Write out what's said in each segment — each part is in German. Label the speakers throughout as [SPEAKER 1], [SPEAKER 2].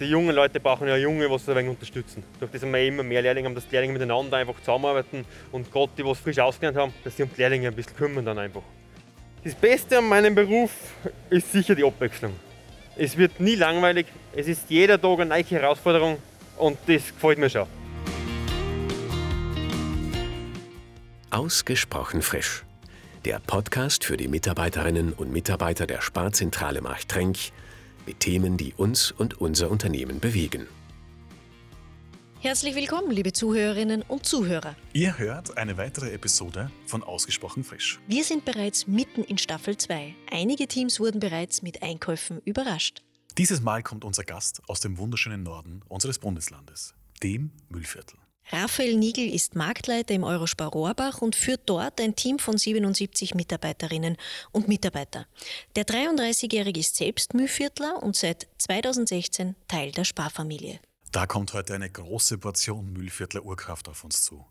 [SPEAKER 1] die jungen Leute brauchen ja Junge, was sie ein wenig unterstützen. Durch das haben wir immer mehr Lehrlinge, haben, dass die Lehrlinge miteinander einfach zusammenarbeiten und gerade die, die frisch ausgelernt haben, dass sie um die Lehrlinge ein bisschen kümmern dann einfach. Das Beste an meinem Beruf ist sicher die Abwechslung. Es wird nie langweilig, es ist jeder Tag eine neue Herausforderung und das gefällt mir schon.
[SPEAKER 2] Ausgesprochen frisch. Der Podcast für die Mitarbeiterinnen und Mitarbeiter der Sparzentrale Marchtrenk mit Themen, die uns und unser Unternehmen bewegen.
[SPEAKER 3] Herzlich willkommen, liebe Zuhörerinnen und Zuhörer.
[SPEAKER 4] Ihr hört eine weitere Episode von Ausgesprochen frisch.
[SPEAKER 3] Wir sind bereits mitten in Staffel 2. Einige Teams wurden bereits mit Einkäufen überrascht.
[SPEAKER 4] Dieses Mal kommt unser Gast aus dem wunderschönen Norden unseres Bundeslandes, dem Müllviertel.
[SPEAKER 3] Raphael Nigel ist Marktleiter im Eurospar Rohrbach und führt dort ein Team von 77 Mitarbeiterinnen und Mitarbeitern. Der 33-Jährige ist selbst Mühlviertler und seit 2016 Teil der Sparfamilie.
[SPEAKER 4] Da kommt heute eine große Portion Mühlviertler Urkraft auf uns zu.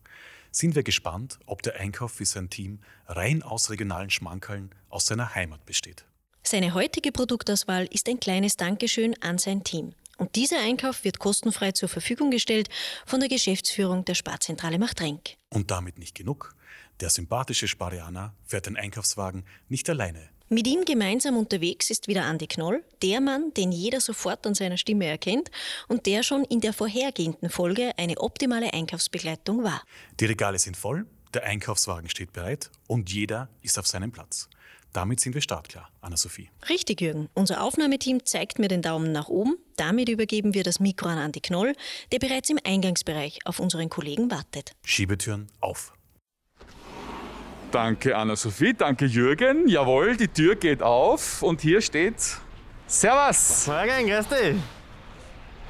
[SPEAKER 4] Sind wir gespannt, ob der Einkauf für sein Team rein aus regionalen Schmankerln aus seiner Heimat besteht.
[SPEAKER 3] Seine heutige Produktauswahl ist ein kleines Dankeschön an sein Team. Und dieser Einkauf wird kostenfrei zur Verfügung gestellt von der Geschäftsführung der Sparzentrale Machtrenk.
[SPEAKER 4] Und damit nicht genug. Der sympathische Sparianer fährt den Einkaufswagen nicht alleine.
[SPEAKER 3] Mit ihm gemeinsam unterwegs ist wieder Andi Knoll, der Mann, den jeder sofort an seiner Stimme erkennt und der schon in der vorhergehenden Folge eine optimale Einkaufsbegleitung war.
[SPEAKER 4] Die Regale sind voll, der Einkaufswagen steht bereit und jeder ist auf seinem Platz. Damit sind wir startklar, Anna-Sophie.
[SPEAKER 3] Richtig, Jürgen. Unser Aufnahmeteam zeigt mir den Daumen nach oben. Damit übergeben wir das Mikro an Andi Knoll, der bereits im Eingangsbereich auf unseren Kollegen wartet.
[SPEAKER 4] Schiebetüren auf.
[SPEAKER 5] Danke Anna-Sophie, danke Jürgen. Jawohl, die Tür geht auf und hier steht Servus.
[SPEAKER 1] Morgen, grüß dich.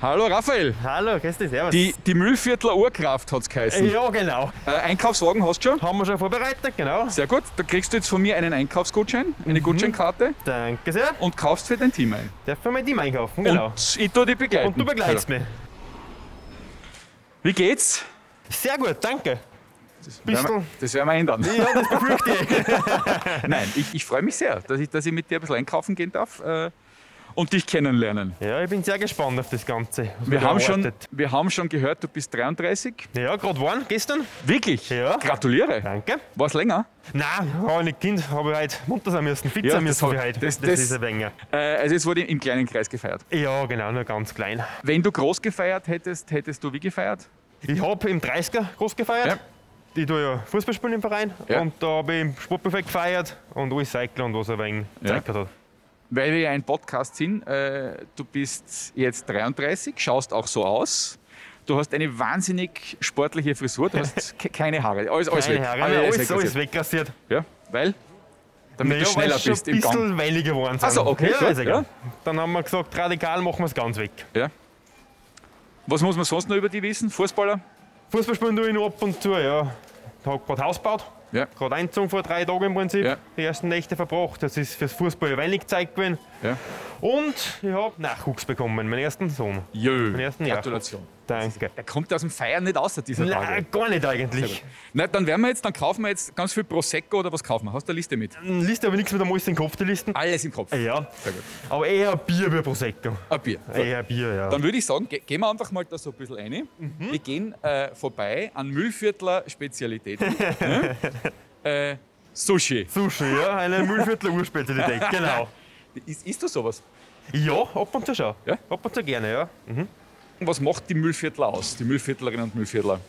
[SPEAKER 5] Hallo Raphael.
[SPEAKER 1] Hallo, grüß dich, servus.
[SPEAKER 5] Die, die Müllviertler Urkraft hat es geheißen.
[SPEAKER 1] ja, genau.
[SPEAKER 5] Äh, Einkaufswagen hast du schon?
[SPEAKER 1] Haben wir schon vorbereitet, genau.
[SPEAKER 5] Sehr gut, da kriegst du jetzt von mir einen Einkaufsgutschein, eine
[SPEAKER 1] Mhm.
[SPEAKER 5] Gutscheinkarte
[SPEAKER 1] Danke sehr.
[SPEAKER 5] und kaufst für dein Team ein.
[SPEAKER 1] Darf ich mein Team einkaufen, genau.
[SPEAKER 5] Und Genau. ich tu dich begleiten.
[SPEAKER 1] Und du begleitest
[SPEAKER 5] Hallo.
[SPEAKER 1] mich.
[SPEAKER 5] Wie geht's?
[SPEAKER 1] Sehr gut, danke.
[SPEAKER 5] Werden wir- Das werden wir ändern.
[SPEAKER 1] Ja, das befürchte ich.
[SPEAKER 5] Nein, ich, ich freue mich sehr, dass ich, dass ich mit dir ein bisschen einkaufen gehen darf äh, und dich kennenlernen.
[SPEAKER 1] Ja, ich bin sehr gespannt auf das Ganze. was
[SPEAKER 5] Wir
[SPEAKER 1] mich
[SPEAKER 5] haben, schon,
[SPEAKER 1] erwartet.
[SPEAKER 5] wir haben schon gehört, du bist 33.
[SPEAKER 1] Ja, gerade waren, gestern.
[SPEAKER 5] Wirklich?
[SPEAKER 1] Ja.
[SPEAKER 5] Gratuliere.
[SPEAKER 1] Danke.
[SPEAKER 5] War's länger?
[SPEAKER 1] Nein, habe ich nicht Kind, habe ich heute munter sein müssen, fit
[SPEAKER 5] Ja,
[SPEAKER 1] sein
[SPEAKER 5] das
[SPEAKER 1] müssen
[SPEAKER 5] hab-
[SPEAKER 1] wie heute.
[SPEAKER 5] das-
[SPEAKER 1] das
[SPEAKER 5] das-
[SPEAKER 1] ist ein wenig.
[SPEAKER 5] Äh, also es wurde im kleinen Kreis gefeiert.
[SPEAKER 1] Ja, genau, nur ganz klein.
[SPEAKER 5] Wenn du groß gefeiert hättest, hättest du wie gefeiert?
[SPEAKER 1] Ich habe im 30er groß gefeiert.
[SPEAKER 5] Ja.
[SPEAKER 1] Ich tue ja Fußball spielen im Verein
[SPEAKER 5] Ja.
[SPEAKER 1] und da habe ich im Sportbuffet gefeiert und alles Cycle und was ein wenig
[SPEAKER 5] Ja.
[SPEAKER 1] Zeit gehabt hat.
[SPEAKER 5] Weil wir ja ein Podcast sind, äh, du bist jetzt 33, schaust auch so aus. Du hast eine wahnsinnig sportliche Frisur, du hast ke- keine Haare, alles, alles
[SPEAKER 1] Keine
[SPEAKER 5] weg.
[SPEAKER 1] Haare, alles, alles,
[SPEAKER 5] wegrasiert.
[SPEAKER 1] wegrasiert.
[SPEAKER 5] Ja, weil? Damit
[SPEAKER 1] Naja,
[SPEAKER 5] du
[SPEAKER 1] weil
[SPEAKER 5] schneller
[SPEAKER 1] es schon
[SPEAKER 5] bist
[SPEAKER 1] ein
[SPEAKER 5] im Gang.
[SPEAKER 1] bisschen weniger geworden sind.
[SPEAKER 5] Ach so, okay,
[SPEAKER 1] ja,
[SPEAKER 5] gut,
[SPEAKER 1] ist egal. Dann haben wir gesagt, radikal machen wir es ganz weg.
[SPEAKER 5] Ja. Was muss man sonst noch über die wissen? Fußballer?
[SPEAKER 1] Fußball spielen tue ich noch ab und zu, ja. Ich habe gerade Haus gebaut,
[SPEAKER 5] Ja.
[SPEAKER 1] gerade eingezogen vor drei Tagen im Prinzip.
[SPEAKER 5] Ja.
[SPEAKER 1] Die ersten Nächte verbracht, das ist fürs Fußball wenig Zeit gewesen.
[SPEAKER 5] ja.
[SPEAKER 1] Und ich habe Nachwuchs bekommen, meinen ersten Sohn.
[SPEAKER 5] Jö.
[SPEAKER 1] ersten Jahr.
[SPEAKER 5] Gratulation.
[SPEAKER 1] Danke.
[SPEAKER 5] Der kommt aus dem Feiern nicht außer dieser Tage.
[SPEAKER 1] Nein, gar nicht eigentlich.
[SPEAKER 5] Na, dann werden wir jetzt, dann kaufen wir jetzt ganz viel Prosecco oder was kaufen wir? Hast du eine Liste mit?
[SPEAKER 1] Liste habe ich nichts mit dem alles im Kopf, die Listen. Ah,
[SPEAKER 5] Alles im Kopf.
[SPEAKER 1] Ja,
[SPEAKER 5] Ah. Sehr gut.
[SPEAKER 1] aber eher Bier wie Prosecco.
[SPEAKER 5] Ein Bier.
[SPEAKER 1] Eher Bier, ja.
[SPEAKER 5] Dann würde ich sagen, ge gehen wir einfach mal da so ein bisschen rein. Wir gehen äh, vorbei an Müllviertler Spezialitäten. ne? äh, Sushi.
[SPEAKER 1] Sushi, ja, eine Müllviertler Urspezialität, genau.
[SPEAKER 5] Ist, isst du sowas?
[SPEAKER 1] Ja, ab und zu schon.
[SPEAKER 5] Ja?
[SPEAKER 1] Ab und zu gerne, ja.
[SPEAKER 5] Was macht die Müllviertler aus, die Müllviertlerinnen und Müllviertler?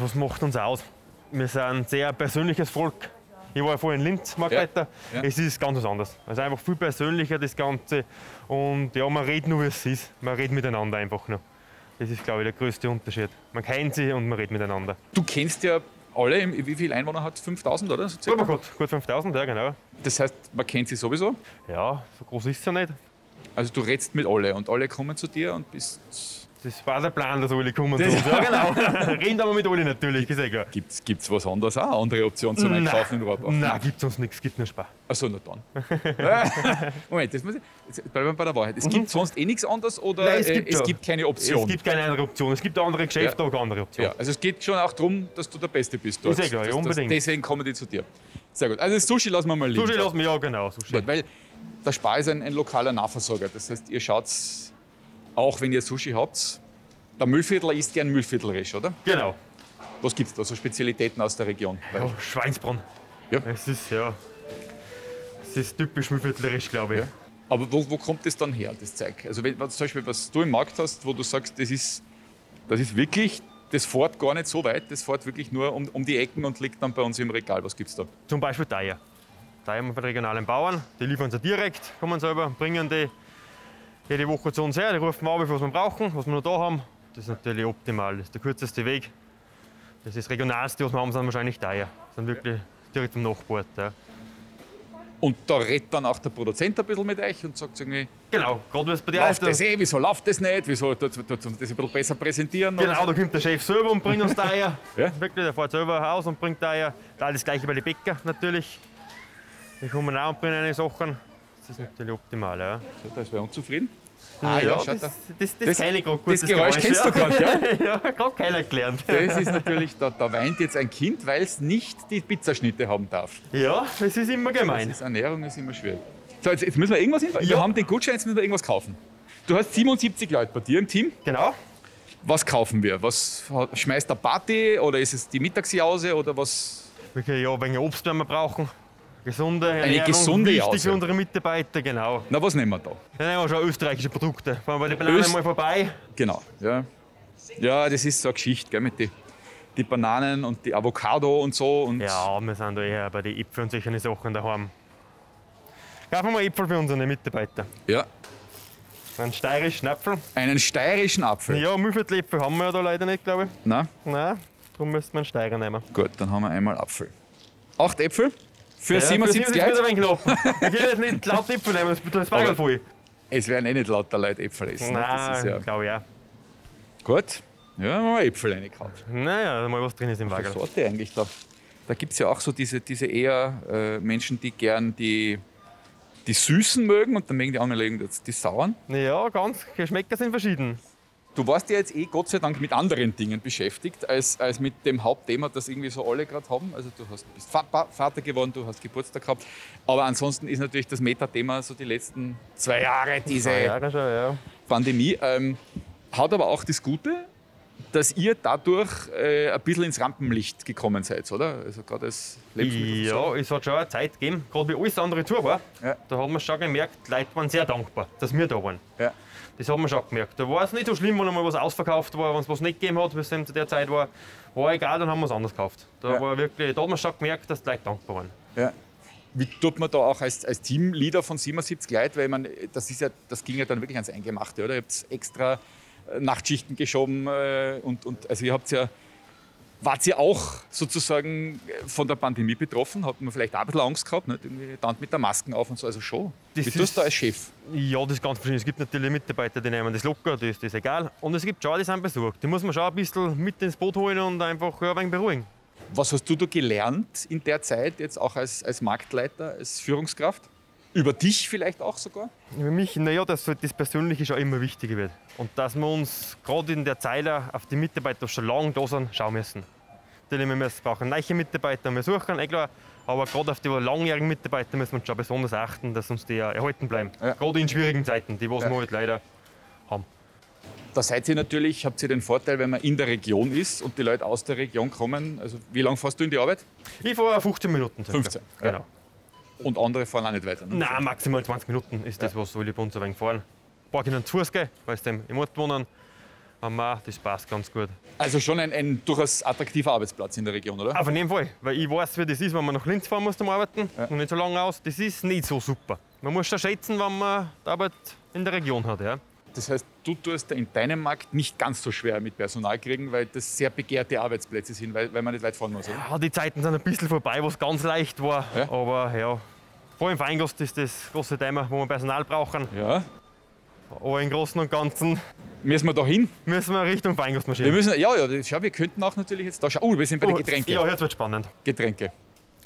[SPEAKER 1] Was macht uns aus? Wir sind ein sehr persönliches Volk. Ich war ja vorhin in Linz, Marktleiter.
[SPEAKER 5] Ja, ja.
[SPEAKER 1] Es ist ganz was anderes. Also einfach viel persönlicher das Ganze. Und ja, man redet nur, wie es ist. Man redet miteinander einfach nur. Das ist, glaube ich, der größte Unterschied. Man kennt sich und man redet miteinander.
[SPEAKER 5] Du kennst ja alle, im- wie viele Einwohner hat 5000 oder? So
[SPEAKER 1] Aber
[SPEAKER 5] circa?
[SPEAKER 1] gut, gut 5000, ja genau.
[SPEAKER 5] das heißt, man kennt sie sowieso.
[SPEAKER 1] Ja, so groß ist es ja nicht.
[SPEAKER 5] Also du redst mit alle und alle kommen zu dir und bist.
[SPEAKER 1] Das war der Plan, dass alle kommen zu uns. Ja, genau. Reden aber mit alle natürlich, ist eh klar.
[SPEAKER 5] Gibt's, gibt's was anderes auch? Andere Optionen zum Einkaufen in Rohrbach?
[SPEAKER 1] Nein, gibt uns nichts, gibt nur Spaß.
[SPEAKER 5] Achso, na dann. Moment, das muss ich, jetzt bleiben wir bei der Wahrheit. Es gibt sonst eh nichts anderes oder
[SPEAKER 1] Mhm. Nein, es
[SPEAKER 5] äh,
[SPEAKER 1] gibt
[SPEAKER 5] es
[SPEAKER 1] ja.
[SPEAKER 5] gibt keine Option?
[SPEAKER 1] Es gibt keine andere Option. Es gibt andere Geschäfte, aber andere Optionen.
[SPEAKER 5] ja, also es geht schon auch darum, dass du der Beste bist dort.
[SPEAKER 1] Ist eh klar, ja,
[SPEAKER 5] Dass- dass-
[SPEAKER 1] unbedingt.
[SPEAKER 5] deswegen kommen die zu dir. Sehr gut. Also das Sushi lassen wir mal liegen.
[SPEAKER 1] Sushi lassen wir ja genau. Sushi.
[SPEAKER 5] Gut, weil der Spar ist ein, ein lokaler Nahversorger. Das heißt, ihr schaut auch wenn ihr Sushi habt. Der Müllviertler isst gern Müllviertlerisch, oder?
[SPEAKER 1] Genau.
[SPEAKER 5] Was gibt's da so Spezialitäten aus der Region?
[SPEAKER 1] Oh, Schweinsbronn.
[SPEAKER 5] Ja.
[SPEAKER 1] Es ist ja. Es ist typisch müllviertlerisch, glaube ich.
[SPEAKER 5] Ja. Aber wo, wo kommt das dann her, das Zeug? Also wenn wenn zum Beispiel, was du im Markt hast, wo du sagst, das ist, das ist wirklich, das fährt gar nicht so weit, das fährt wirklich nur um, um die Ecken und liegt dann bei uns im Regal. Was gibt's da?
[SPEAKER 1] Zum Beispiel Teier. Teier haben wir von regionalen Bauern. Die liefern sie direkt, kommen selber, bringen die jede Woche zu uns her. Die rufen wir auf, was wir brauchen, was wir noch da haben. Das ist natürlich optimal. Das ist der kürzeste Weg. Das ist das regionalste, was wir haben, sind wahrscheinlich Teier. Sind wirklich direkt am Nachbord. Ja.
[SPEAKER 5] Und da redet dann auch der Produzent ein bisschen mit euch und sagt irgendwie,
[SPEAKER 1] Genau, gerade wenn es bei dir
[SPEAKER 5] läuft das eh, wieso läuft das nicht, wieso tut tut uns um das ein bisschen besser präsentieren.
[SPEAKER 1] Genau, da kommt der Chef selber und bringt uns Eier.
[SPEAKER 5] Ja.
[SPEAKER 1] Wirklich, der fährt selber raus und bringt Eier. Da das gleiche bei den Bäcker natürlich. Die kommen auch und bringen eine Sachen. Das ist natürlich optimal, ja.
[SPEAKER 5] Schaut, da ist wer unzufrieden. Ah ja, schaut
[SPEAKER 1] das,
[SPEAKER 5] da.
[SPEAKER 1] das, das, kenn ich grad gut,
[SPEAKER 5] das Geräusch kennst du
[SPEAKER 1] ja.
[SPEAKER 5] grad, ja?
[SPEAKER 1] ja, gerade keiner gelernt.
[SPEAKER 5] Das ist natürlich, da, da weint jetzt ein Kind, weil es nicht die Pizzaschnitte haben darf.
[SPEAKER 1] Ja, das ist immer gemein.
[SPEAKER 5] Das ist, Ernährung ist immer schwierig. So, jetzt, jetzt müssen wir irgendwas hin. Wir
[SPEAKER 1] Ja.
[SPEAKER 5] haben den Gutschein, jetzt müssen wir irgendwas kaufen. Du hast 77 Leute bei dir im Team.
[SPEAKER 1] Genau.
[SPEAKER 5] Was kaufen wir? Was schmeißt der Party oder ist es die Mittagsjause oder was?
[SPEAKER 1] Okay, ja, wegen Obst werden wir brauchen. Gesunde Ernährung,
[SPEAKER 5] gesunde
[SPEAKER 1] wichtig
[SPEAKER 5] Jause.
[SPEAKER 1] für unsere Mitarbeiter, genau.
[SPEAKER 5] Na, was nehmen wir da?
[SPEAKER 1] Dann nehmen wir schon österreichische Produkte. Fahren wir die Bananen
[SPEAKER 5] Öst-
[SPEAKER 1] mal vorbei.
[SPEAKER 5] Genau. Ja, ja das ist so eine Geschichte, gell, mit die, die Bananen und die Avocado und so. Und
[SPEAKER 1] Ja, wir sind da eher bei den Äpfeln und solchen Sachen daheim. Kaufen wir Äpfel für unsere Mitarbeiter.
[SPEAKER 5] Ja.
[SPEAKER 1] Einen steirischen Apfel.
[SPEAKER 5] Einen steirischen Apfel.
[SPEAKER 1] Ja, Müffeltläpfel haben wir ja da leider nicht, glaube ich.
[SPEAKER 5] Na,
[SPEAKER 1] Nein, darum müssten wir einen Steirer nehmen.
[SPEAKER 5] gut, dann haben wir einmal Apfel. Acht Äpfel für
[SPEAKER 1] Ja,
[SPEAKER 5] 77
[SPEAKER 1] Das ist
[SPEAKER 5] Leute.
[SPEAKER 1] ein knapp. Ich will jetzt nicht laut Äpfel nehmen, das das Bagel
[SPEAKER 5] Aber-
[SPEAKER 1] voll.
[SPEAKER 5] Es werden eh nicht lauter Leute Äpfel essen. ne? das ist ja
[SPEAKER 1] Nein, glaube ich auch.
[SPEAKER 5] gut. Ja, haben wir mal Äpfel reingekauft.
[SPEAKER 1] Naja, mal was drin ist im
[SPEAKER 5] für
[SPEAKER 1] Bagel.
[SPEAKER 5] Sorte eigentlich da? Da gibt es ja auch so diese, diese eher äh, Menschen, die gern die, die Süßen mögen und dann mögen die anderen mögen jetzt die Sauren.
[SPEAKER 1] Ja, ganz. Geschmäcker sind verschieden.
[SPEAKER 5] Du warst ja jetzt eh Gott sei Dank mit anderen Dingen beschäftigt, als, als mit dem Hauptthema, das irgendwie so alle gerade haben. Also du hast, bist Fa- Pa- Vater geworden, du hast Geburtstag gehabt. Aber ansonsten ist natürlich das Metathema so die letzten zwei Jahre diese
[SPEAKER 1] Ja, schon, ja.
[SPEAKER 5] Pandemie. Ähm, hat aber auch das Gute, dass ihr dadurch äh, ein bisschen ins Rampenlicht gekommen seid, oder? Also gerade als Lebensmittel.
[SPEAKER 1] Ja, es hat schon eine Zeit gegeben, gerade wie alles andere zu war.
[SPEAKER 5] Ja.
[SPEAKER 1] Da haben wir schon gemerkt, die Leute waren sehr dankbar, dass wir da waren.
[SPEAKER 5] Ja.
[SPEAKER 1] Das haben wir schon gemerkt. Da war es nicht so schlimm, wenn einmal was ausverkauft war, wenn es was nicht gegeben hat, wie es eben zu der Zeit war. War egal, dann haben wir es anders gekauft. Da,
[SPEAKER 5] Ja.
[SPEAKER 1] war wirklich, da hat man schon gemerkt, dass die Leute dankbar waren.
[SPEAKER 5] Ja. Wie tut man da auch als, als Teamleader von 77 Leuten, weil man, das, ist ja, das ging ja dann wirklich ans Eingemachte, oder? Ihr habt extra äh, Nachtschichten geschoben äh, und, und also ihr habt ja, wart ihr auch sozusagen äh, von der Pandemie betroffen? Hat man vielleicht auch ein bisschen Angst gehabt, nicht? Irgendwie dauernd mit der Masken auf und so, also schon.
[SPEAKER 1] Das
[SPEAKER 5] Wie tust
[SPEAKER 1] ist-
[SPEAKER 5] du als Chef?
[SPEAKER 1] Ja, das ist ganz verschieden. Es gibt natürlich Mitarbeiter, die nehmen das locker, das ist das egal. Und es gibt schon, die sind besorgt. Die muss man schon ein bisschen mit ins Boot holen und einfach ja, ein wenig beruhigen.
[SPEAKER 5] Was hast du da gelernt in der Zeit, jetzt auch als, als Marktleiter, als Führungskraft? Über dich vielleicht auch sogar?
[SPEAKER 1] Für mich, naja, dass halt das Persönliche schon immer wichtiger wird. Und dass wir uns gerade in der Zeile auf die Mitarbeiter die schon lange da sind, schauen müssen. Natürlich, wir müssen brauchen neue Mitarbeiter, wir suchen, eh klar. Aber gerade auf die langjährigen Mitarbeiter müssen wir uns schon besonders achten, dass uns die ja erhalten bleiben.
[SPEAKER 5] Ja.
[SPEAKER 1] Gerade in schwierigen Zeiten, die was
[SPEAKER 5] Ja.
[SPEAKER 1] wir halt leider haben.
[SPEAKER 5] Da seid ihr natürlich, habt ihr den Vorteil, wenn man in der Region ist und die Leute aus der Region kommen. Also wie lange fährst du in die Arbeit?
[SPEAKER 1] Ich fahre 15 Minuten. circa.
[SPEAKER 5] 15, ja.
[SPEAKER 1] Genau.
[SPEAKER 5] Und andere fahren auch nicht weiter. Ne?
[SPEAKER 1] Nein, maximal 20 Minuten ist das, was alle bei uns ein wenig fahren. Ein paar können zu Fuß gehen, weil sie im Ort wohnen. Aber das passt ganz gut.
[SPEAKER 5] Also schon ein, ein durchaus attraktiver Arbeitsplatz in der Region, oder?
[SPEAKER 1] Auf jeden Ah, Fall, weil ich weiß, wie das ist, wenn man nach Linz fahren muss zum Arbeiten und nicht so lange aus. Das ist nicht so super. Man muss schon schätzen, wenn man die Arbeit in der Region hat. Ja.
[SPEAKER 5] Das heißt, du tust da in deinem Markt nicht ganz so schwer mit Personal kriegen, weil das sehr begehrte Arbeitsplätze sind, weil, weil man nicht weit fahren muss, oder?
[SPEAKER 1] Ah, die Zeiten sind ein bisschen vorbei, wo es ganz leicht war.
[SPEAKER 5] Ja.
[SPEAKER 1] Aber ja, vor allem Feingast ist das große Thema, wo wir Personal brauchen.
[SPEAKER 5] Ja.
[SPEAKER 1] Aber im Großen und Ganzen
[SPEAKER 5] Müssen wir da hin?
[SPEAKER 1] müssen wir Richtung Feingast
[SPEAKER 5] Wir
[SPEAKER 1] marschieren.
[SPEAKER 5] müssen, ja, ja, das- schau, wir könnten auch natürlich jetzt da schauen. Oh, wir sind bei den Getränken.
[SPEAKER 1] Ja, jetzt wird spannend.
[SPEAKER 5] Getränke.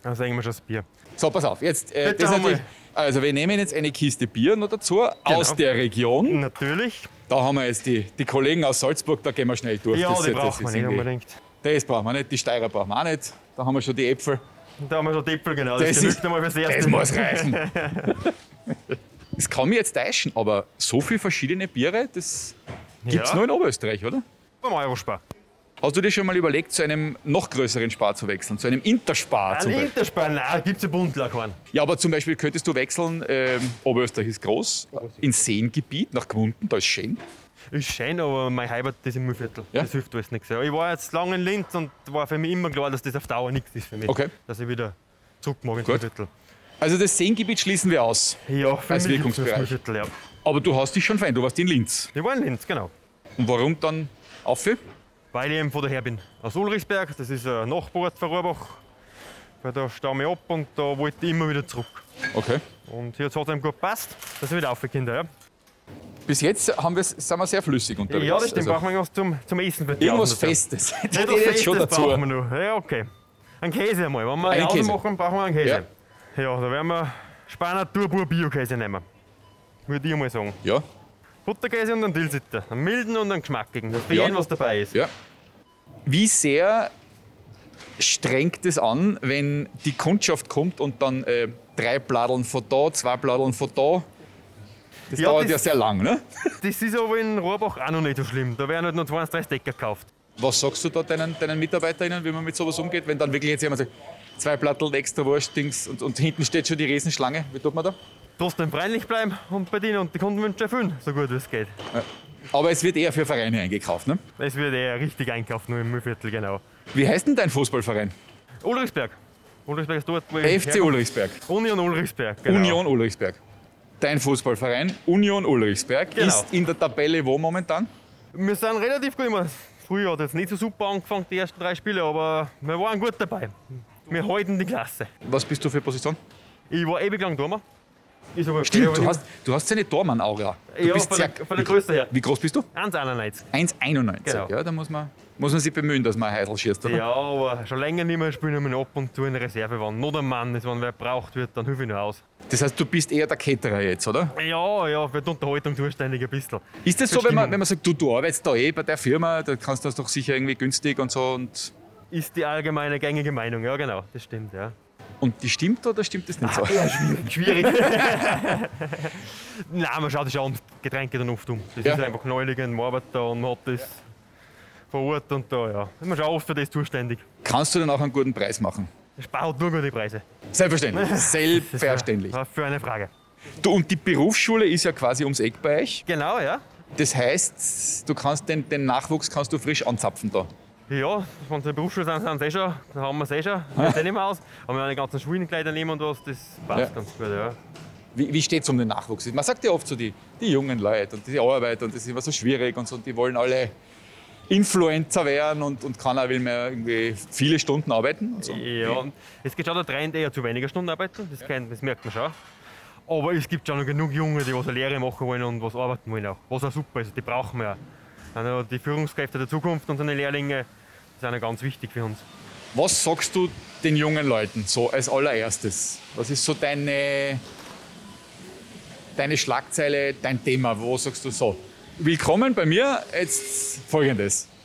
[SPEAKER 1] Dann sehen wir schon das Bier.
[SPEAKER 5] So, pass auf, jetzt. Äh,
[SPEAKER 1] Bitte
[SPEAKER 5] das ist
[SPEAKER 1] einmal.
[SPEAKER 5] natürlich, also, wir nehmen jetzt eine Kiste Bier noch dazu aus der Region.
[SPEAKER 1] Natürlich.
[SPEAKER 5] Da haben wir jetzt die, die Kollegen aus Salzburg, da gehen wir schnell durch.
[SPEAKER 1] Ja, die braucht
[SPEAKER 5] ist
[SPEAKER 1] man nicht
[SPEAKER 5] irgendwie-
[SPEAKER 1] unbedingt.
[SPEAKER 5] Das brauchen wir nicht, die Steirer brauchen wir auch nicht. Da haben wir schon die Äpfel.
[SPEAKER 1] Da haben wir schon Tippel, genau. Das,
[SPEAKER 5] Das
[SPEAKER 1] genügt
[SPEAKER 5] ist-
[SPEAKER 1] einmal fürs Erste.
[SPEAKER 5] Das muss reichen. Es kann mich jetzt täuschen, aber so viele verschiedene Biere, das Gibt es
[SPEAKER 1] Ja.
[SPEAKER 5] nur in Oberösterreich, oder?
[SPEAKER 1] Beim Eurospar.
[SPEAKER 5] Hast du dir schon mal überlegt, zu einem noch größeren Spar zu wechseln, zu einem Interspar zum Beispiel?
[SPEAKER 1] Interspar, nein, gibt es Ah, einen Bundlerkorn.
[SPEAKER 5] Ja, aber zum Beispiel könntest du wechseln, ähm, Oberösterreich ist groß, ins Seengebiet nach Gmunden, da ist schön.
[SPEAKER 1] Ist schön, aber mein Heimat ist im Müllviertel.
[SPEAKER 5] Ja.
[SPEAKER 1] Das hilft alles nichts. Ja, Ich war jetzt lange in Linz und war für mich immer klar, dass das auf Dauer nichts ist für mich.
[SPEAKER 5] Okay.
[SPEAKER 1] Dass ich wieder zurück mag ins
[SPEAKER 5] Gut.
[SPEAKER 1] Müllviertel.
[SPEAKER 5] Also das Seengebiet schließen wir aus.
[SPEAKER 1] Ja, für
[SPEAKER 5] Als
[SPEAKER 1] mich ist das
[SPEAKER 5] Wirkungsbereich.
[SPEAKER 1] Müllviertel, ja.
[SPEAKER 5] Aber du hast dich schon fein, du warst in Linz.
[SPEAKER 1] Ich war in Linz, genau.
[SPEAKER 5] Und warum dann auf?
[SPEAKER 1] Weil ich eben von daher bin. Aus Ulrichsberg, das ist ein Nachbarort von Rohrbach. Weil da stamme ich ab und da wollte ich immer wieder zurück.
[SPEAKER 5] Okay.
[SPEAKER 1] Und jetzt hat es ihm gut gepasst, dass ich wieder aufgekommen ja.
[SPEAKER 5] Bis jetzt haben wir, sind wir sehr flüssig unterwegs.
[SPEAKER 1] Ja, das stimmt,
[SPEAKER 5] Also,
[SPEAKER 1] brauchen wir irgendwas zum, zum Essen. für die
[SPEAKER 5] irgendwas
[SPEAKER 1] Außen-
[SPEAKER 5] Festes. Das
[SPEAKER 1] Nicht
[SPEAKER 5] hätte ich
[SPEAKER 1] das
[SPEAKER 5] jetzt schon
[SPEAKER 1] Festes
[SPEAKER 5] dazu.
[SPEAKER 1] brauchen wir noch. Ja, okay. Ein Käse einmal. Wenn wir
[SPEAKER 5] Einen
[SPEAKER 1] einen
[SPEAKER 5] Käse.
[SPEAKER 1] Käse machen, brauchen wir einen Käse. Ja, da werden wir Spanner Turbo Bio-Käse nehmen. Würde ich mal sagen.
[SPEAKER 5] Ja,
[SPEAKER 1] Butterkäse und einen Dillsitter. Einen milden und einen geschmackigen. Dass für
[SPEAKER 5] Ja.
[SPEAKER 1] jeden was dabei ist.
[SPEAKER 5] ja. Wie sehr strengt es an, wenn die Kundschaft kommt und dann äh, drei Bladeln von da, zwei Bladeln von da. Das
[SPEAKER 1] Ja,
[SPEAKER 5] dauert
[SPEAKER 1] das-
[SPEAKER 5] ja sehr lang, ne?
[SPEAKER 1] Das ist aber in Rohrbach auch noch nicht so schlimm. Da werden halt nur 32 Decker gekauft.
[SPEAKER 5] Was sagst du da deinen, deinen MitarbeiterInnen, wie man mit sowas umgeht, wenn dann wirklich jetzt jemand sagt, zwei Platteln extra Wurstdings und, und hinten steht schon die Riesenschlange? Wie tut man da?
[SPEAKER 1] Trotzdem freundlich bleiben und bedienen und die Kundenwünsche erfüllen, so gut wie es geht.
[SPEAKER 5] Aber es wird eher für Vereine eingekauft, ne?
[SPEAKER 1] Es wird eher richtig einkaufen, nur im Müllviertel, genau.
[SPEAKER 5] Wie heißt denn dein Fußballverein?
[SPEAKER 1] Ulrichsberg. Ulrichsberg ist dort, wo ich
[SPEAKER 5] FC Ulrichsberg.
[SPEAKER 1] Union Ulrichsberg. Genau.
[SPEAKER 5] Union Ulrichsberg. Dein Fußballverein Union Ulrichsberg
[SPEAKER 1] Genau.
[SPEAKER 5] ist in der Tabelle wo momentan?
[SPEAKER 1] Wir sind relativ gut immer. Früher hat jetzt nicht so super angefangen, die ersten drei Spiele, aber wir waren gut dabei. Wir halten die Klasse.
[SPEAKER 5] Was bist du für Position?
[SPEAKER 1] Ich war ewig lang Dormer. Ich sag,
[SPEAKER 5] Stimmt, du hast, du hast eine Tormann-Aura. Du
[SPEAKER 1] Ja,
[SPEAKER 5] bist
[SPEAKER 1] von
[SPEAKER 5] sehr-
[SPEAKER 1] der- von der Größe her.
[SPEAKER 5] Wie groß bist du?
[SPEAKER 1] 1,91.
[SPEAKER 5] 1,91.
[SPEAKER 1] Genau.
[SPEAKER 5] Ja, da muss man, muss man sich bemühen, dass man ein Heidel schießt. Oder?
[SPEAKER 1] Ja, aber schon länger nicht mehr spielen wir ab und zu in der Reserve waren. Nur der Mann ist, wenn wer braucht wird, dann hilfe ich noch aus.
[SPEAKER 5] Das heißt, du bist eher der Caterer jetzt, oder?
[SPEAKER 1] Ja, ja, für die Unterhaltung zuständig ein bisschen.
[SPEAKER 5] Ist das so, wenn man, wenn man sagt, du, du arbeitest da eh bei der Firma, da kannst du das doch sicher irgendwie günstig und so und,
[SPEAKER 1] Ist die allgemeine gängige Meinung, ja genau, das stimmt, ja.
[SPEAKER 5] und die stimmt oder stimmt das
[SPEAKER 1] Ah,
[SPEAKER 5] nicht so?
[SPEAKER 1] Schwierig. Nein, man schaut sich an, Getränke dann oft um. Das
[SPEAKER 5] Ja.
[SPEAKER 1] ist einfach neulich in Arbeiter und man hat das vor Ort und da, ja. Man ist auch oft für das zuständig.
[SPEAKER 5] Kannst du dann auch einen guten Preis machen?
[SPEAKER 1] Es spart nur gute Preise.
[SPEAKER 5] Selbstverständlich. Selbstverständlich.
[SPEAKER 1] Was für eine Frage.
[SPEAKER 5] Du, und die Berufsschule ist ja quasi ums Eck bei euch.
[SPEAKER 1] Genau, ja.
[SPEAKER 5] Das heißt, du kannst den, den Nachwuchs kannst du frisch anzapfen da.
[SPEAKER 1] Ja, wenn sie in der Berufsschule sind, sind sie eh schon, da haben wir es eh schon, das eh nicht mehr aus. Aber wenn wir die ganzen Schulkleider nehmen und was, das passt
[SPEAKER 5] Ja.
[SPEAKER 1] ganz gut, ja.
[SPEAKER 5] Wie, wie steht es um den Nachwuchs? Man sagt ja oft so, die, die jungen Leute und die Arbeit und das ist immer so schwierig und so und die wollen alle Influencer werden und, und keiner will mehr irgendwie viele Stunden arbeiten und so.
[SPEAKER 1] Ja, und es geht schon der Trend eher zu weniger Stunden arbeiten, das, kennt, das merkt man schon. Aber es gibt schon noch genug Junge, die was eine Lehre machen wollen und was arbeiten wollen auch. Was auch super ist, die brauchen wir auch. Dann auch die Führungskräfte der Zukunft und seine Lehrlinge das sind auch ganz wichtig für uns.
[SPEAKER 5] Was sagst du den jungen Leuten so als allererstes? Was ist so deine, deine Schlagzeile, dein Thema? Wo sagst du so? Willkommen bei mir, jetzt folgendes.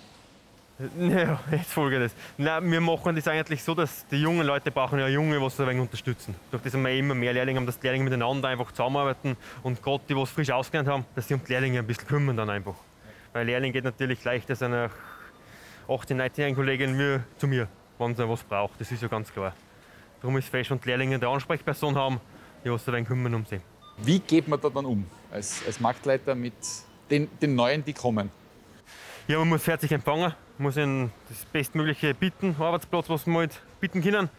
[SPEAKER 1] Ja, jetzt folgendes. Nein, wir machen das eigentlich so, dass die jungen Leute brauchen ja Junge, was sie ein wenig unterstützen. Durch das haben wir immer mehr Lehrlinge haben, dass die Lehrlinge miteinander einfach zusammenarbeiten und Gott, die was frisch ausgelernt haben, dass sie um die Lehrlinge ein bisschen kümmern dann einfach. Weil Lehrling geht natürlich leichter seiner 18-, 19-jährigen Kollegin wie zu mir, wenn sie was braucht. Das ist ja ganz klar. Darum ist fest und die Lehrlinge eine Ansprechperson haben, die was sie ein wenig kümmern um sie.
[SPEAKER 5] Wie geht man da dann um als, als Marktleiter mit den, den Neuen, die kommen?
[SPEAKER 1] Ja, man muss fertig empfangen, muss ihnen das Bestmögliche bieten, Arbeitsplatz, was man halt bieten können.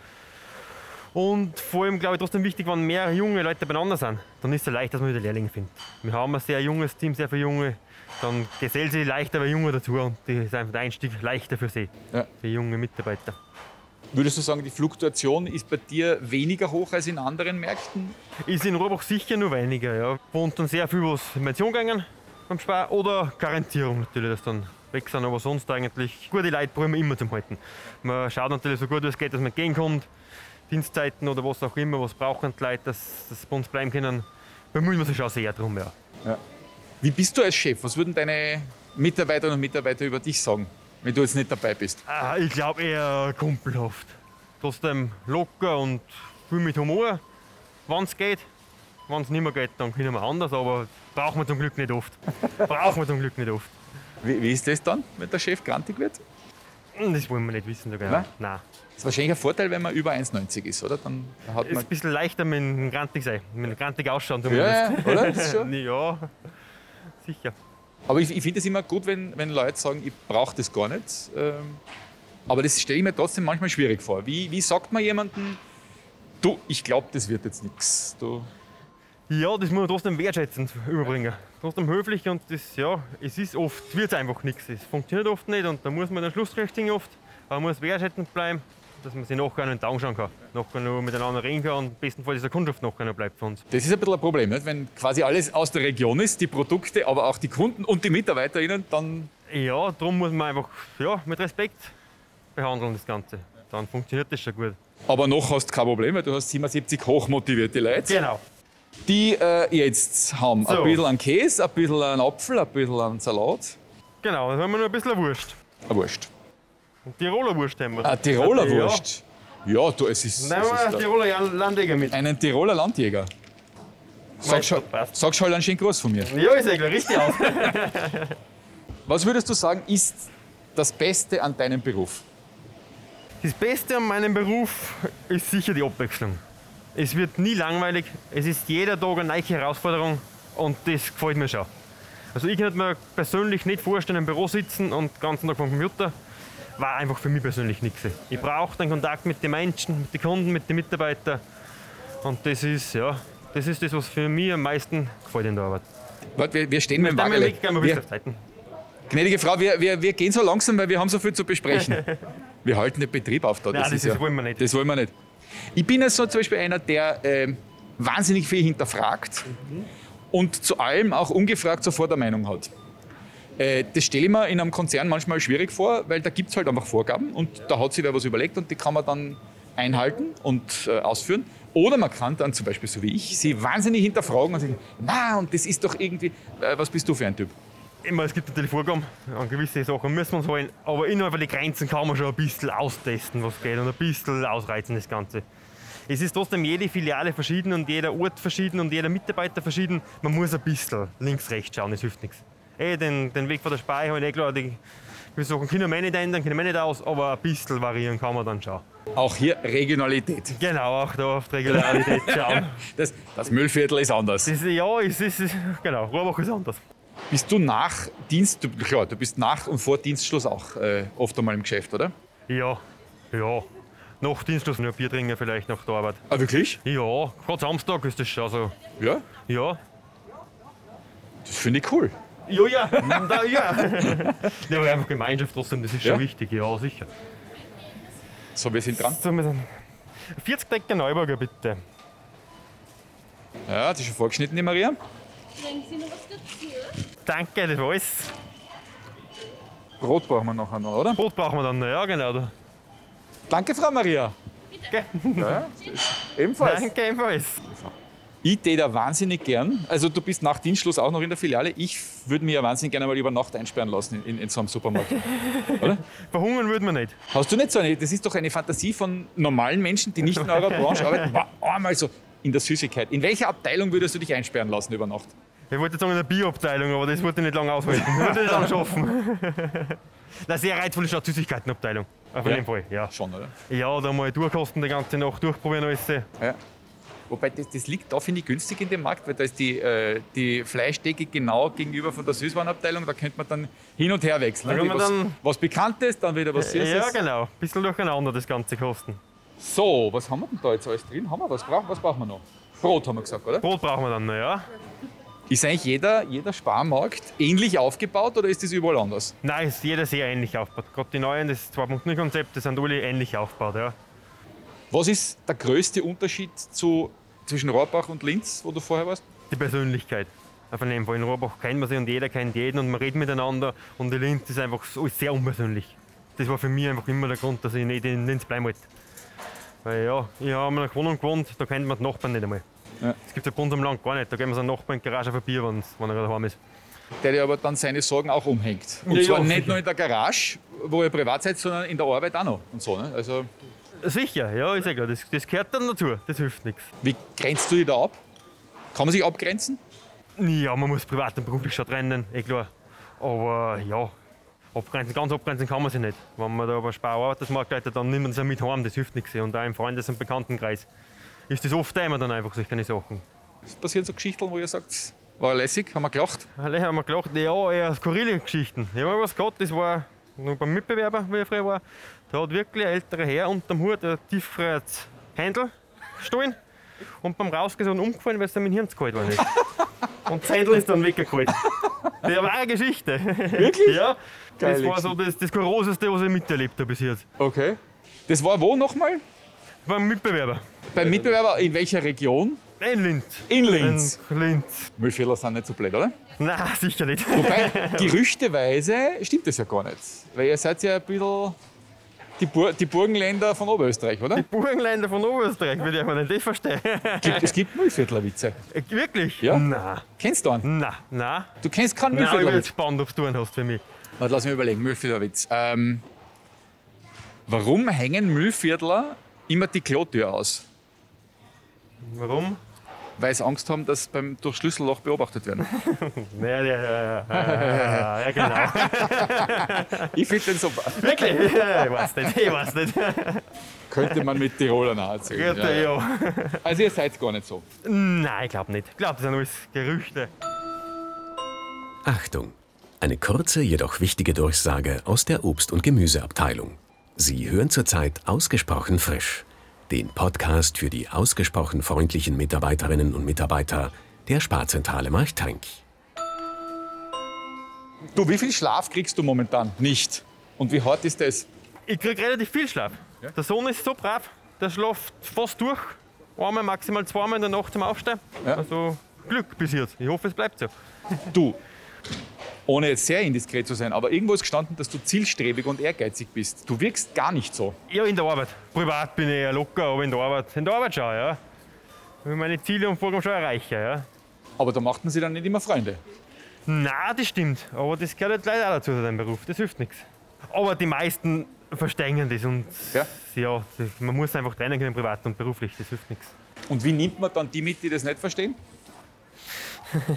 [SPEAKER 1] Und vor allem, glaube ich, trotzdem wichtig, wenn mehr junge Leute beieinander sind, dann ist es leicht, dass man wieder Lehrlinge findet. Wir haben ein sehr junges Team, sehr viele Junge, dann gesellt sich leichter bei Junge dazu und die ist einfach der Einstieg leichter für sie,
[SPEAKER 5] Ja.
[SPEAKER 1] für junge Mitarbeiter.
[SPEAKER 5] Würdest du sagen, die Fluktuation ist bei dir weniger hoch als in anderen Märkten?
[SPEAKER 1] Ist in Rohrbach sicher nur weniger, ja. Bei uns dann sehr viel was in Pension gegangen beim Spar oder Garantierung natürlich, dass dann weg sind, aber sonst eigentlich gute Leute probieren wir immer zum Halten. Man schaut natürlich so gut wie es geht, dass man gehen kommt, Dienstzeiten oder was auch immer, was brauchen die Leute, dass, dass sie bei uns bleiben können, bemühen wir sich schon sehr drum, ja.
[SPEAKER 5] Wie bist du als Chef? Was würden deine Mitarbeiterinnen und Mitarbeiter über dich sagen, wenn du jetzt nicht dabei bist?
[SPEAKER 1] Ah, ich glaube eher kumpelhaft. Trotzdem locker und viel mit Humor, wenn es geht. Wenn es nicht mehr geht, dann können wir anders, aber brauchen wir zum Glück nicht oft. Brauchen wir zum Glück nicht oft.
[SPEAKER 5] Wie, wie ist das dann, wenn der Chef grantig wird?
[SPEAKER 1] Hm, Das wollen wir nicht wissen, sogar.
[SPEAKER 5] Nein?
[SPEAKER 1] Nein.
[SPEAKER 5] Das ist wahrscheinlich ein Vorteil, wenn man über 1,90 ist, oder? Dann hat
[SPEAKER 1] Es ist
[SPEAKER 5] man.
[SPEAKER 1] ein bisschen leichter mit dem Grantig sein, mit dem Grantig ausschauen
[SPEAKER 5] Ja,
[SPEAKER 1] zumindest.
[SPEAKER 5] ja, oder? Das ist schon.
[SPEAKER 1] Ja, sicher.
[SPEAKER 5] Aber ich, ich finde es immer gut, wenn, wenn Leute sagen, ich brauche das gar nicht. Ähm, aber das stelle ich mir trotzdem manchmal schwierig vor. Wie, wie sagt man jemandem, du, ich glaube, das wird jetzt nichts. Du,
[SPEAKER 1] Ja, das muss man trotzdem wertschätzend überbringen. Trotzdem höflich und das, ja, es ist oft, wird einfach nichts. Es funktioniert oft nicht und da muss man den Schluss kriegen oft. Aber man muss wertschätzend bleiben, dass man sich nachher einen Daumen schauen kann. Nachher nur miteinander reden kann und bestenfalls ist eine Kundschaft nachher noch bleibt für uns.
[SPEAKER 5] Das ist ein bisschen ein Problem, nicht? wenn quasi alles aus der Region ist, die Produkte, aber auch die Kunden und die MitarbeiterInnen, dann
[SPEAKER 1] Ja, darum muss man einfach ja, mit Respekt behandeln das Ganze. Dann funktioniert das schon gut.
[SPEAKER 5] aber noch hast du kein Problem, weil du hast 77 hochmotivierte Leute,
[SPEAKER 1] Genau.
[SPEAKER 5] die äh, jetzt haben
[SPEAKER 1] So.
[SPEAKER 5] ein bisschen an Käse, ein bisschen an Apfel, ein bisschen an Salat.
[SPEAKER 1] Genau, dann haben wir noch ein bisschen eine Wurst.
[SPEAKER 5] Eine Wurst.
[SPEAKER 1] Eine Tiroler Wurst haben wir.
[SPEAKER 5] Eine Tiroler Wurst. Ja, du, es Ah, ist,
[SPEAKER 1] Ja. Nehmen wir
[SPEAKER 5] es
[SPEAKER 1] einen
[SPEAKER 5] ist
[SPEAKER 1] Tiroler Jan- Landjäger mit.
[SPEAKER 5] einen Tiroler Landjäger. Sag schon,
[SPEAKER 1] passt.
[SPEAKER 5] sag schon einen schönen Gruß von mir.
[SPEAKER 1] Ja, ist ja klar, richtig aus.
[SPEAKER 5] Was würdest du sagen, ist das Beste an deinem Beruf?
[SPEAKER 1] Das Beste an meinem Beruf ist sicher die Abwechslung. Es wird nie langweilig, es ist jeder Tag eine neue Herausforderung und das gefällt mir schon. Also ich könnte mir persönlich nicht vorstellen, im Büro sitzen und den ganzen Tag vom Computer. War einfach für mich persönlich nichts. Ich brauche den Kontakt mit den Menschen, mit den Kunden, mit den Mitarbeitern. Und das ist, ja, das ist das, was für mich am meisten gefällt in der Arbeit.
[SPEAKER 5] Warte, Wir, wir stehen mit dem
[SPEAKER 1] Dann
[SPEAKER 5] Wagele.
[SPEAKER 1] gehen wir
[SPEAKER 5] Wir,
[SPEAKER 1] wieder auf Zeiten.
[SPEAKER 5] Gnädige Frau, wir, wir, wir gehen so langsam, weil wir haben so viel zu besprechen. Wir halten den Betrieb auf da.
[SPEAKER 1] Nein, das ist- wollen wir nicht.
[SPEAKER 5] Das wollen wir nicht. Ich bin ja so zum Beispiel einer, der ähm, wahnsinnig viel hinterfragt und zu allem auch ungefragt sofort eine Meinung hat. Äh, das stelle ich mir in einem Konzern manchmal schwierig vor, weil da gibt es halt einfach Vorgaben und da hat sich wer was überlegt und die kann man dann einhalten und äh, ausführen. Oder man kann dann zum Beispiel, so wie ich, sie wahnsinnig hinterfragen und sagen, na, und das ist doch irgendwie, äh, was bist du für ein Typ?
[SPEAKER 1] Ich meine, es gibt natürlich Vorgaben, an gewisse Sachen müssen wir uns halten, aber innerhalb der Grenzen kann man schon ein bisschen austesten, was geht und ein bisschen ausreizen das Ganze. Es ist trotzdem jede Filiale verschieden und jeder Ort verschieden und jeder Mitarbeiter verschieden. Man muss ein bisschen links, rechts schauen, das hilft nichts. Eh, den, den Weg von der Speicher habe ich eh klar, die gewisse Sachen können wir eh nicht ändern, können wir nicht aus, aber ein bisschen variieren kann man dann schon.
[SPEAKER 5] Auch hier Regionalität.
[SPEAKER 1] Genau, auch da auf die Regularität schauen.
[SPEAKER 5] Das, das Müllviertel ist anders.
[SPEAKER 1] Das, ist- ja, es ist, es ist, genau, Rohrbach ist anders.
[SPEAKER 5] Bist du nach Dienst, du, klar, du bist nach und vor Dienstschluss auch äh, oft einmal im Geschäft, oder?
[SPEAKER 1] Ja, ja. Nach Dienstlos nur Bier trinken vielleicht nach der Arbeit.
[SPEAKER 5] Ah, wirklich?
[SPEAKER 1] Ja, gerade Samstag ist das schon so.
[SPEAKER 5] Ja,
[SPEAKER 1] Ja.
[SPEAKER 5] das finde ich cool.
[SPEAKER 1] Ja, ja. ja, ja. ja aber einfach Gemeinschaft trotzdem, das ist
[SPEAKER 5] Ja?
[SPEAKER 1] schon wichtig, ja, sicher.
[SPEAKER 5] So, wir sind dran.
[SPEAKER 1] So, wir sind 40 Decker Neuburger, bitte.
[SPEAKER 5] Ja, das ist schon vorgeschnitten, die Maria.
[SPEAKER 1] Danke, das war's.
[SPEAKER 5] Brot brauchen wir nachher noch, oder?
[SPEAKER 1] Brot brauchen wir dann noch, ja, genau. da.
[SPEAKER 5] Danke, Frau Maria.
[SPEAKER 1] Gell?
[SPEAKER 5] Ja, ebenfalls.
[SPEAKER 1] Danke, ebenfalls.
[SPEAKER 5] Ich tät da wahnsinnig gern. Also, du bist nach Dienstschluss auch noch in der Filiale. Ich würde mir ja wahnsinnig gerne mal über Nacht einsperren lassen in, in, in so einem Supermarkt.
[SPEAKER 1] Verhungern würden wir nicht.
[SPEAKER 5] Hast du nicht so eine, das ist doch eine Fantasie von normalen Menschen, die nicht in eurer Branche arbeiten, war einmal so in der Süßigkeit. In welcher Abteilung würdest du dich einsperren lassen über Nacht?
[SPEAKER 1] Ich wollte jetzt sagen in der Bierabteilung, aber das wollte ich nicht lange aushalten. Das wollte ich nicht lange schaffen. Na, sehr reizvoll ist auch die Süßigkeitenabteilung. Auf
[SPEAKER 5] Ja.
[SPEAKER 1] jeden Fall, ja.
[SPEAKER 5] Schon, oder?
[SPEAKER 1] Ja, da mal durchkosten die ganze Nacht, durchprobieren alles.
[SPEAKER 5] Ja. Wobei, das, das liegt da, finde ich, günstig in dem Markt, weil da ist die, äh, die Fleischdecke genau gegenüber von der Süßwarenabteilung, da könnte man dann hin und her wechseln.
[SPEAKER 1] Da kann
[SPEAKER 5] ne?
[SPEAKER 1] man
[SPEAKER 5] was,
[SPEAKER 1] dann-
[SPEAKER 5] was Bekanntes, dann wieder was Süßes.
[SPEAKER 1] Ja, genau. Ein bisschen durcheinander das ganze Kosten.
[SPEAKER 5] So, was haben wir denn da jetzt alles drin? Haben wir, was, brauchen, was brauchen wir noch? Brot haben wir gesagt, oder?
[SPEAKER 1] Brot brauchen wir dann noch, ja?
[SPEAKER 5] Ist eigentlich jeder, jeder Sparmarkt ähnlich aufgebaut oder ist das überall anders?
[SPEAKER 1] Nein, ist jeder sehr ähnlich aufgebaut. Gerade die neuen, das 2.0-Konzept, das sind alle ähnlich aufgebaut, ja.
[SPEAKER 5] Was ist der größte Unterschied zu, zwischen Rohrbach und Linz, wo du vorher warst?
[SPEAKER 1] Die Persönlichkeit. Auf jeden Fall. In Rohrbach kennt man sich und jeder kennt jeden und man redet miteinander und die Linz ist einfach so, ist sehr unpersönlich. Das war für mich einfach immer der Grund, dass ich nicht in Linz bleiben wollte. Weil ja, ich habe in einer Wohnung gewohnt, da kennt man die Nachbarn nicht einmal.
[SPEAKER 5] Ja.
[SPEAKER 1] Das gibt es ja bei uns am Land gar nicht. Da gehen wir seinen Nachbarn in die Garage auf ein Bier, wenn's- wenn er gerade daheim ist.
[SPEAKER 5] Der dir aber dann seine Sorgen auch umhängt. Und
[SPEAKER 1] Ja,
[SPEAKER 5] zwar
[SPEAKER 1] ja,
[SPEAKER 5] nicht
[SPEAKER 1] sicher.
[SPEAKER 5] nur in der Garage, wo ihr privat seid, sondern in der Arbeit auch noch. Und so, ne? Also,
[SPEAKER 1] Sicher, ja, ist ja klar. Das, das gehört dann dazu. Das hilft nichts.
[SPEAKER 5] wie grenzt du dich da ab? Kann man sich abgrenzen?
[SPEAKER 1] Ja, man muss privat und beruflich schon trennen, eh klar. Aber ja, abgrenzen, ganz abgrenzen kann man sich nicht. Wenn man da aber Spararbeitsmarkt leitet, dann nimmt man es ja mit heim, das hilft nichts. Und auch im Freundes- und Bekanntenkreis ist das oft immer dann einfach solche Sachen.
[SPEAKER 5] Es passieren so Geschichten, wo ihr sagt, war lässig, haben wir gelacht.
[SPEAKER 1] Alle haben wir gelacht, ja, eher skurrile Geschichten. Ich habe mal was gehabt, das war noch beim Mitbewerber, wie ich früher war. Da hat wirklich ein älterer Herr unterm Hut ein tiefes Händel gestohlen und beim Rausgehen sind umgefallen, weil es dann mit dem Hirn zu kalt war. Nicht. Und das Händel ist dann weggeholt. Das war eine Geschichte. Wirklich? Ja. Das
[SPEAKER 5] Geile
[SPEAKER 1] war so das, das Kurioseste, was ich miterlebt habe bis jetzt.
[SPEAKER 5] Okay. Das war wo nochmal?
[SPEAKER 1] Beim Mitbewerber.
[SPEAKER 5] Beim Mitbewerber in welcher Region?
[SPEAKER 1] Nein, Linz.
[SPEAKER 5] Äh, In Linz.
[SPEAKER 1] In Linz.
[SPEAKER 5] Müllfehler sind nicht so blöd, oder?
[SPEAKER 1] Nein, sicher nicht.
[SPEAKER 5] Wobei, gerüchteweise stimmt das ja gar nicht. Weil ihr seid ja ein bisschen die, Bur die Burgenländer von Oberösterreich, oder?
[SPEAKER 1] Burgenländer von Oberösterreich, würde ich mal nicht verstehen.
[SPEAKER 5] Gibt, es gibt Müllviertlerwitze.
[SPEAKER 1] Äh, Wirklich?
[SPEAKER 5] Ja.
[SPEAKER 1] Nein.
[SPEAKER 5] Kennst du einen?
[SPEAKER 1] Na, na.
[SPEAKER 5] Du kennst keinen
[SPEAKER 1] Na, ich bin
[SPEAKER 5] Müllviertlerwitz.
[SPEAKER 1] jetzt gespannt, ob du einen hast für mich.
[SPEAKER 5] Warte, lass mich überlegen. Müllviertlerwitz. Ähm, warum hängen Müllviertler immer die Klotür aus?
[SPEAKER 1] Warum?
[SPEAKER 5] Weil sie Angst haben, dass sie beim durch Schlüsselloch beobachtet werden.
[SPEAKER 1] Ja, ja, ja, äh, ja, ja, ja genau.
[SPEAKER 5] Ich finde den super.
[SPEAKER 1] Wirklich? Ja, ich weiß nicht, ich weiß nicht.
[SPEAKER 5] Könnte man mit Tiroler nachziehen.
[SPEAKER 1] Ja, ja.
[SPEAKER 5] Also ihr seid gar nicht so.
[SPEAKER 1] Nein, ich glaube nicht. Ich glaube, das sind alles Gerüchte.
[SPEAKER 2] Achtung! Eine kurze, jedoch wichtige Durchsage aus der Obst- und Gemüseabteilung. Sie hören zurzeit ausgesprochen frisch. Den Podcast für die ausgesprochen freundlichen Mitarbeiterinnen und Mitarbeiter der Sparzentrale Marchtrenk.
[SPEAKER 5] Du, wie viel Schlaf kriegst du momentan? Nicht. Und wie hart ist das?
[SPEAKER 1] Ich kriege relativ viel Schlaf. Der Sohn ist so brav, der schläft fast durch. Einmal, maximal zweimal in der Nacht zum Aufstehen.
[SPEAKER 5] Ja.
[SPEAKER 1] Also Glück bis jetzt. Ich hoffe, es bleibt so.
[SPEAKER 5] Du, ohne jetzt sehr indiskret zu sein, aber irgendwo ist gestanden, dass du zielstrebig und ehrgeizig bist. Du wirkst gar nicht so.
[SPEAKER 1] Ja, in der Arbeit. Privat bin ich eher locker, aber in der Arbeit. In der Arbeit schon, ja. Wenn ich meine Ziele und Vorgaben schon erreiche, ja.
[SPEAKER 5] Aber da macht man sich dann nicht immer Freunde.
[SPEAKER 1] Na, das stimmt. Aber das gehört halt leider auch dazu, zu deinem Beruf. Das hilft nichts. Aber die meisten verstehen das und
[SPEAKER 5] Ja.
[SPEAKER 1] ja, das- man muss einfach trennen können, privat und beruflich. Das hilft nichts.
[SPEAKER 5] Und wie nimmt man dann die mit, die das nicht verstehen?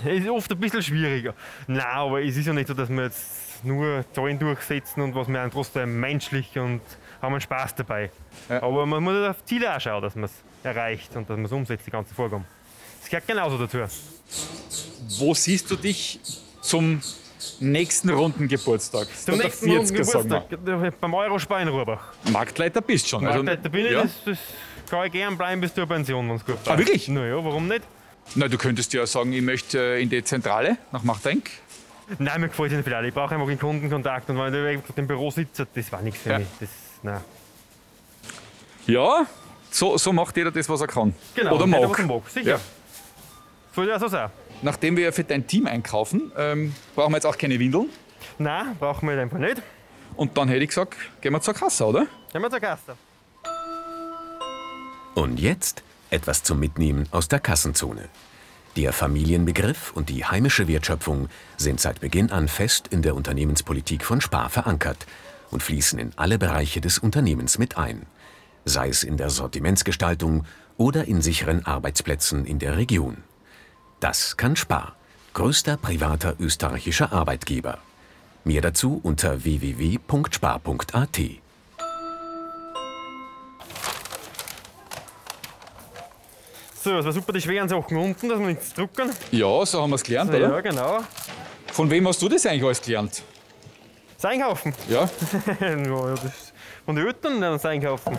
[SPEAKER 1] Es ist oft ein bisschen schwieriger. Nein, aber es ist ja nicht so, dass wir jetzt nur Zahlen durchsetzen und was wir haben trotzdem menschlich und haben einen Spaß dabei.
[SPEAKER 5] Ja.
[SPEAKER 1] Aber man muss halt auf die Ziele auch schauen, dass man es erreicht und dass man es umsetzt, die ganzen Vorgaben. Das gehört genauso dazu.
[SPEAKER 5] Wo siehst du dich zum nächsten runden Geburtstag?
[SPEAKER 1] Zum
[SPEAKER 5] Oder
[SPEAKER 1] nächsten
[SPEAKER 5] 40er, sagen wir.
[SPEAKER 1] Geburtstag beim Eurospar in Rohrbach.
[SPEAKER 5] Marktleiter bist schon.
[SPEAKER 1] Also, da bin ich,
[SPEAKER 5] ja.
[SPEAKER 1] das, das kann ich gern bleiben bis zur Pension, wenn es gut passt.
[SPEAKER 5] Ah, wirklich?
[SPEAKER 1] Naja, warum nicht?
[SPEAKER 5] Na, du könntest ja sagen, ich möchte äh, in die Zentrale nach Machtdenk.
[SPEAKER 1] Nein, mir gefällt es nicht viel. Ich brauche einfach den Kundenkontakt und wenn ich im Büro sitze, das war nichts für
[SPEAKER 5] Ja.
[SPEAKER 1] mich. Das, nein.
[SPEAKER 5] Ja, so, so macht jeder das, was er kann.
[SPEAKER 1] Genau,
[SPEAKER 5] Oder
[SPEAKER 1] jeder,
[SPEAKER 5] mag.
[SPEAKER 1] was er mag, sicher.
[SPEAKER 5] Ja.
[SPEAKER 1] Soll ja so sein.
[SPEAKER 5] Nachdem wir für dein Team einkaufen, ähm, brauchen wir jetzt auch keine Windeln.
[SPEAKER 1] Nein, brauchen wir halt einfach nicht.
[SPEAKER 5] Und dann hätte ich gesagt, gehen wir zur Kasse, oder?
[SPEAKER 1] Gehen wir zur Kasse.
[SPEAKER 2] Und jetzt etwas zum Mitnehmen aus der Kassenzone. Der Familienbegriff und die heimische Wertschöpfung sind seit Beginn an fest in der Unternehmenspolitik von Spar verankert und fließen in alle Bereiche des Unternehmens mit ein, sei es in der Sortimentsgestaltung oder in sicheren Arbeitsplätzen in der Region. Das kann Spar, größter privater österreichischer Arbeitgeber. Mehr dazu unter www.spar.at.
[SPEAKER 1] So, das war super, die schweren Sachen unten, dass wir nichts drucken.
[SPEAKER 5] Ja, so haben wir es gelernt,
[SPEAKER 1] Ja,
[SPEAKER 5] oder?
[SPEAKER 1] genau.
[SPEAKER 5] Von wem hast du das eigentlich alles gelernt?
[SPEAKER 1] Das Einkaufen.
[SPEAKER 5] Ja.
[SPEAKER 1] ja, ja, das von den Eltern lernen das Einkaufen.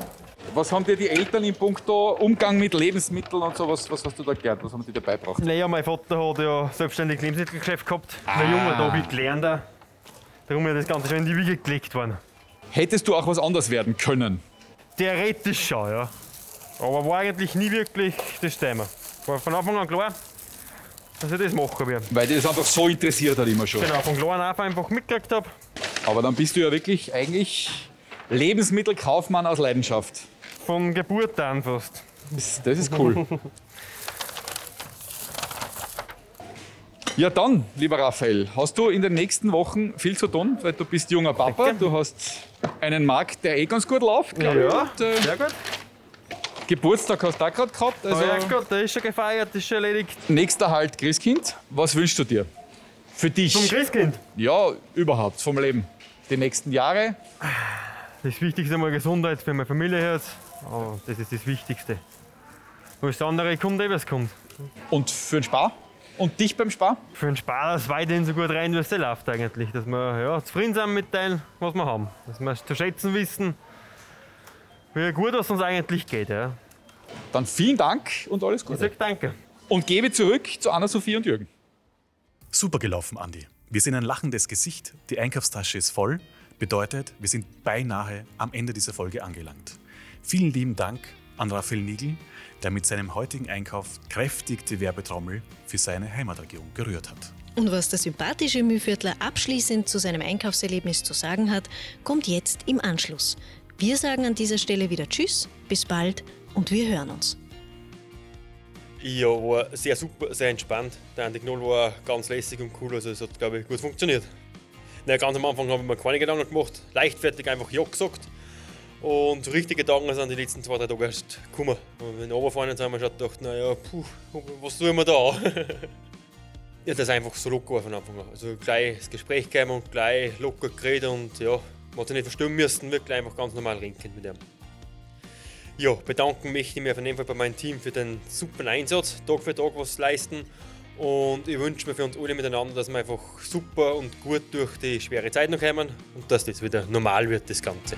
[SPEAKER 5] Was haben dir die Eltern in puncto Umgang mit Lebensmitteln und so, was, was hast du da gelernt? Was haben die dabei gebracht?
[SPEAKER 1] Naja, mein Vater hat ja selbstständig Lebensmittelgeschäft gehabt.
[SPEAKER 5] Ah.
[SPEAKER 1] Mein Junge, da hab ich gelernt. auch. Darum ist das Ganze schon in die Wiege gelegt worden.
[SPEAKER 5] Hättest du auch was anders werden können?
[SPEAKER 1] Theoretisch schon, ja. Aber war eigentlich nie wirklich das Thema. War von Anfang an klar, dass ich das machen werde.
[SPEAKER 5] Weil dich das einfach so interessiert hat immer schon.
[SPEAKER 1] Genau, von klein auf einfach mitgekriegt habe.
[SPEAKER 5] Aber dann bist du ja wirklich eigentlich Lebensmittelkaufmann aus Leidenschaft.
[SPEAKER 1] Von Geburt an fast.
[SPEAKER 5] Das, das ist cool. Ja dann, lieber Raphael, hast du in den nächsten Wochen viel zu tun, weil du bist junger Papa,
[SPEAKER 1] Danke.
[SPEAKER 5] du hast einen Markt, der eh ganz gut läuft, glaub ich, und, äh,
[SPEAKER 1] sehr gut.
[SPEAKER 5] Geburtstag hast du auch gerade gehabt. Also
[SPEAKER 6] Oh, ja genau. gut, da ist schon gefeiert, das ist schon erledigt.
[SPEAKER 5] Nächster Halt, Christkind. Was wünschst du dir? Für dich?
[SPEAKER 6] Zum Christkind.
[SPEAKER 5] ja, überhaupt, vom Leben. Die nächsten Jahre.
[SPEAKER 6] Das Wichtigste mal Gesundheit für meine Familie jetzt.
[SPEAKER 1] Oh,
[SPEAKER 6] Aber das ist das Wichtigste. Alles andere kommt eh, was kommt.
[SPEAKER 5] Und für den Spar? Und dich beim Spar?
[SPEAKER 6] Für den Sparer ist weiterhin so gut rein, wie es läuft eigentlich. Dass wir ja, zufrieden sind mit dem, was wir haben. Dass wir es zu schätzen wissen, wie gut es uns eigentlich geht. Ja.
[SPEAKER 5] Dann vielen Dank und alles
[SPEAKER 6] Ich
[SPEAKER 5] Gute.
[SPEAKER 6] sag danke.
[SPEAKER 5] Und gebe zurück zu Anna-Sophie und Jürgen.
[SPEAKER 4] Super gelaufen, Andi. Wir sehen ein lachendes Gesicht, die Einkaufstasche ist voll, bedeutet, wir sind beinahe am Ende dieser Folge angelangt. Vielen lieben Dank an Raphael Nigel, der mit seinem heutigen Einkauf kräftig die Werbetrommel für seine Heimatregion gerührt hat.
[SPEAKER 3] Und was der sympathische Mühviertler abschließend zu seinem Einkaufserlebnis zu sagen hat, kommt jetzt im Anschluss. Wir sagen an dieser Stelle wieder Tschüss, bis bald und wir hören uns.
[SPEAKER 1] Ja, war sehr super, sehr entspannt. Der Andy Knoll war ganz lässig und cool, also es hat, glaube ich, gut funktioniert. Na, ganz am Anfang habe ich mir keine Gedanken gemacht, leichtfertig einfach Ja gesagt. Und so richtige Gedanken sind die letzten zwei, drei Tage erst gekommen. Und wenn wir runtergefahren sind, haben wir schon gedacht, naja, puh, was tun wir da? ja, das ist einfach so locker von Anfang an. Also gleich ins Gespräch gekommen und gleich locker geredet und ja, man hat sich nicht verstehen müssen, wirklich einfach ganz normal reden mit ihm. Ja, bedanken möchte ich mich auf jeden Fall bei meinem Team für den super Einsatz, Tag für Tag was leisten. Und ich wünsche mir für uns alle miteinander, dass wir einfach super und gut durch die schwere Zeit noch kommen und dass das wieder normal wird, das Ganze.